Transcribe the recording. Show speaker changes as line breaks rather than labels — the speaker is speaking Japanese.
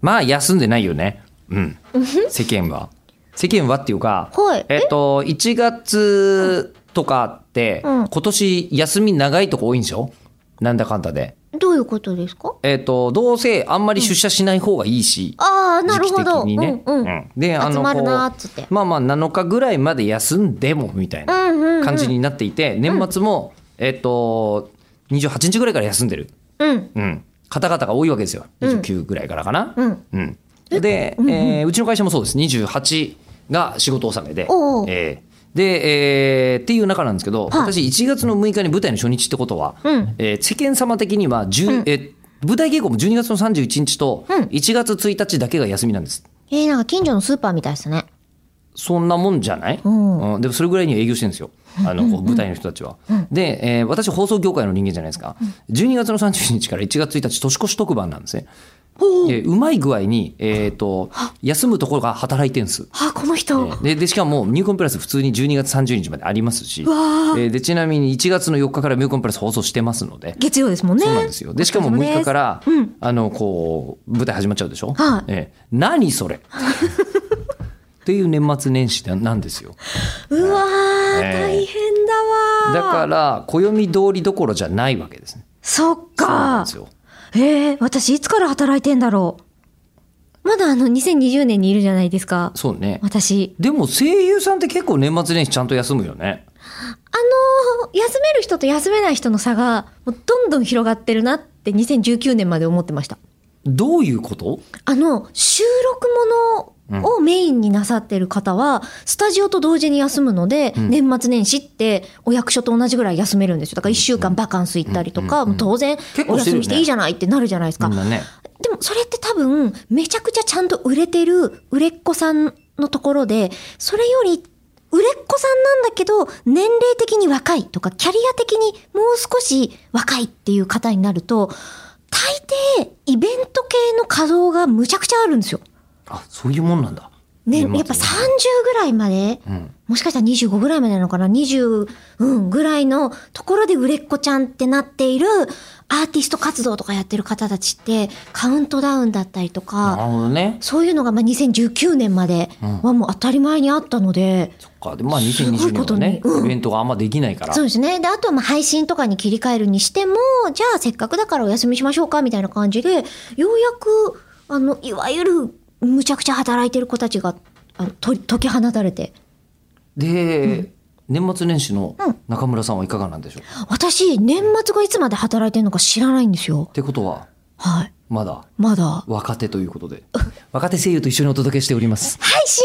まあ休んでないよねうん世間は世間はっていうか、
はい
えっと1月とかって、
う
今
ん
年休み長いとこ多いんでしょなんだかんだで
どういうことですか
えっとどうせあんまり出社しない方がいいし、
ああ、なる
時期
ほ
的
ど。
にね、
うんうん。
うんであ
集
の
まるなーっ
こ
つって。
うまあまあ7日ぐらいまで休んでもみたいな
うんうん、うん。
感じになっていて、年末も、えっと28日ぐらいから休んでる、
うん。
うん、方々が多いわけですよ
ん
29ぐらいからかな、
うん。
うん、で、えーうちの会社もそうです28が仕事納めで
おうおう、
えーで、えーっていう中なんですけど、
はい
私1月の6日に舞台の初日ってことは、
うん
えー世間様的には、10えー舞台稽古も12月の31日と
うん
1月1日だけが休みなんです。
えー、なんか近所のスーパーみたいですね。
そんなもんじゃない、
ん
うんでもそれぐらいには営業してるんですよあのこう舞台の人たちは。で、えー私放送業界の人間じゃないですか12月の30日から1月1日年越し特番なんですね。えーうまい具合に、えー、と休むところが働いてるんです。
あ、この人。
えーででしかも「ミューコンプラス」普通に12月30日までありますし、えーでちなみに1月の4日から「ミューコンプラス」放送してますので
月曜ですもんね。
そうなんですよ。で、しかも
お疲
6
れ様です
日から、
うん
あの、こう、舞台始まっちゃうでしょ
はい
ええ何それっていう年末年始なんですよ。
うわー、
ええ
大変だわー。
だから、暦通りどころじゃないわけですね。
そっ
そうなん
か
です。よ。
えー、私いつから働いてんだろう。まだあの、2020年にいるじゃないですか。
そうね。
私。
でも声優さんって結構年末年始ちゃんと休むよね。
あのー休める人と休めない人の差が、もうどんどん広がってるなって2019年まで思ってました。
どういうこと
あの、収録ものをメインになさってる方は、スタジオと同時に休むので、
ん
年末年始ってお役所と同じぐらい休めるんですよ。だから1週間バカンス行ったりとか、もう当然
結
お
構してるよね
休みしていいじゃないってなるじゃないですか。
みんなね。
でもそれって多分、めちゃくちゃちゃんと売れてる売れっ子さんのところで、それより、売れっ子さんなんだけど、年齢的に若いとか、キャリア的にもう少し若いっていう方になると、大抵、イベント系の稼働がむちゃくちゃあるんですよ。
あ、そういうもんなんだ。
ね、やっ
年末
ぱ30ぐらいまで、
うん。
もしかしたら25ぐらいまでなのかな ?20、うん、ぐらいのところで売れっ子ちゃんってなっているアーティスト活動とかやってる方たちって、カウントダウンだったりと
なる
か、
ほどね。
そういうのがまあ2019年まではもう当たり前にあったので、
そっか。で、まあ2020年はね、
すごいことにうん
イベントがあんまできないから
そう。ですね。で、あとはまあ配信とかに切り替えるにしても、じゃあせっかくだからお休みしましょうかみたいな感じで、ようやく、あの、いわゆるむちゃくちゃ働いてる子たちが、あのと解き放たれて。
で、年末年始の
うん
中村さんはいかがなんでしょう、っ
私、年末がいつまで働いてるのか知らないんですよ。
てことは
はい。
まだ
まだ。は
若手ということで若手声優と一緒にお届けしております
い、信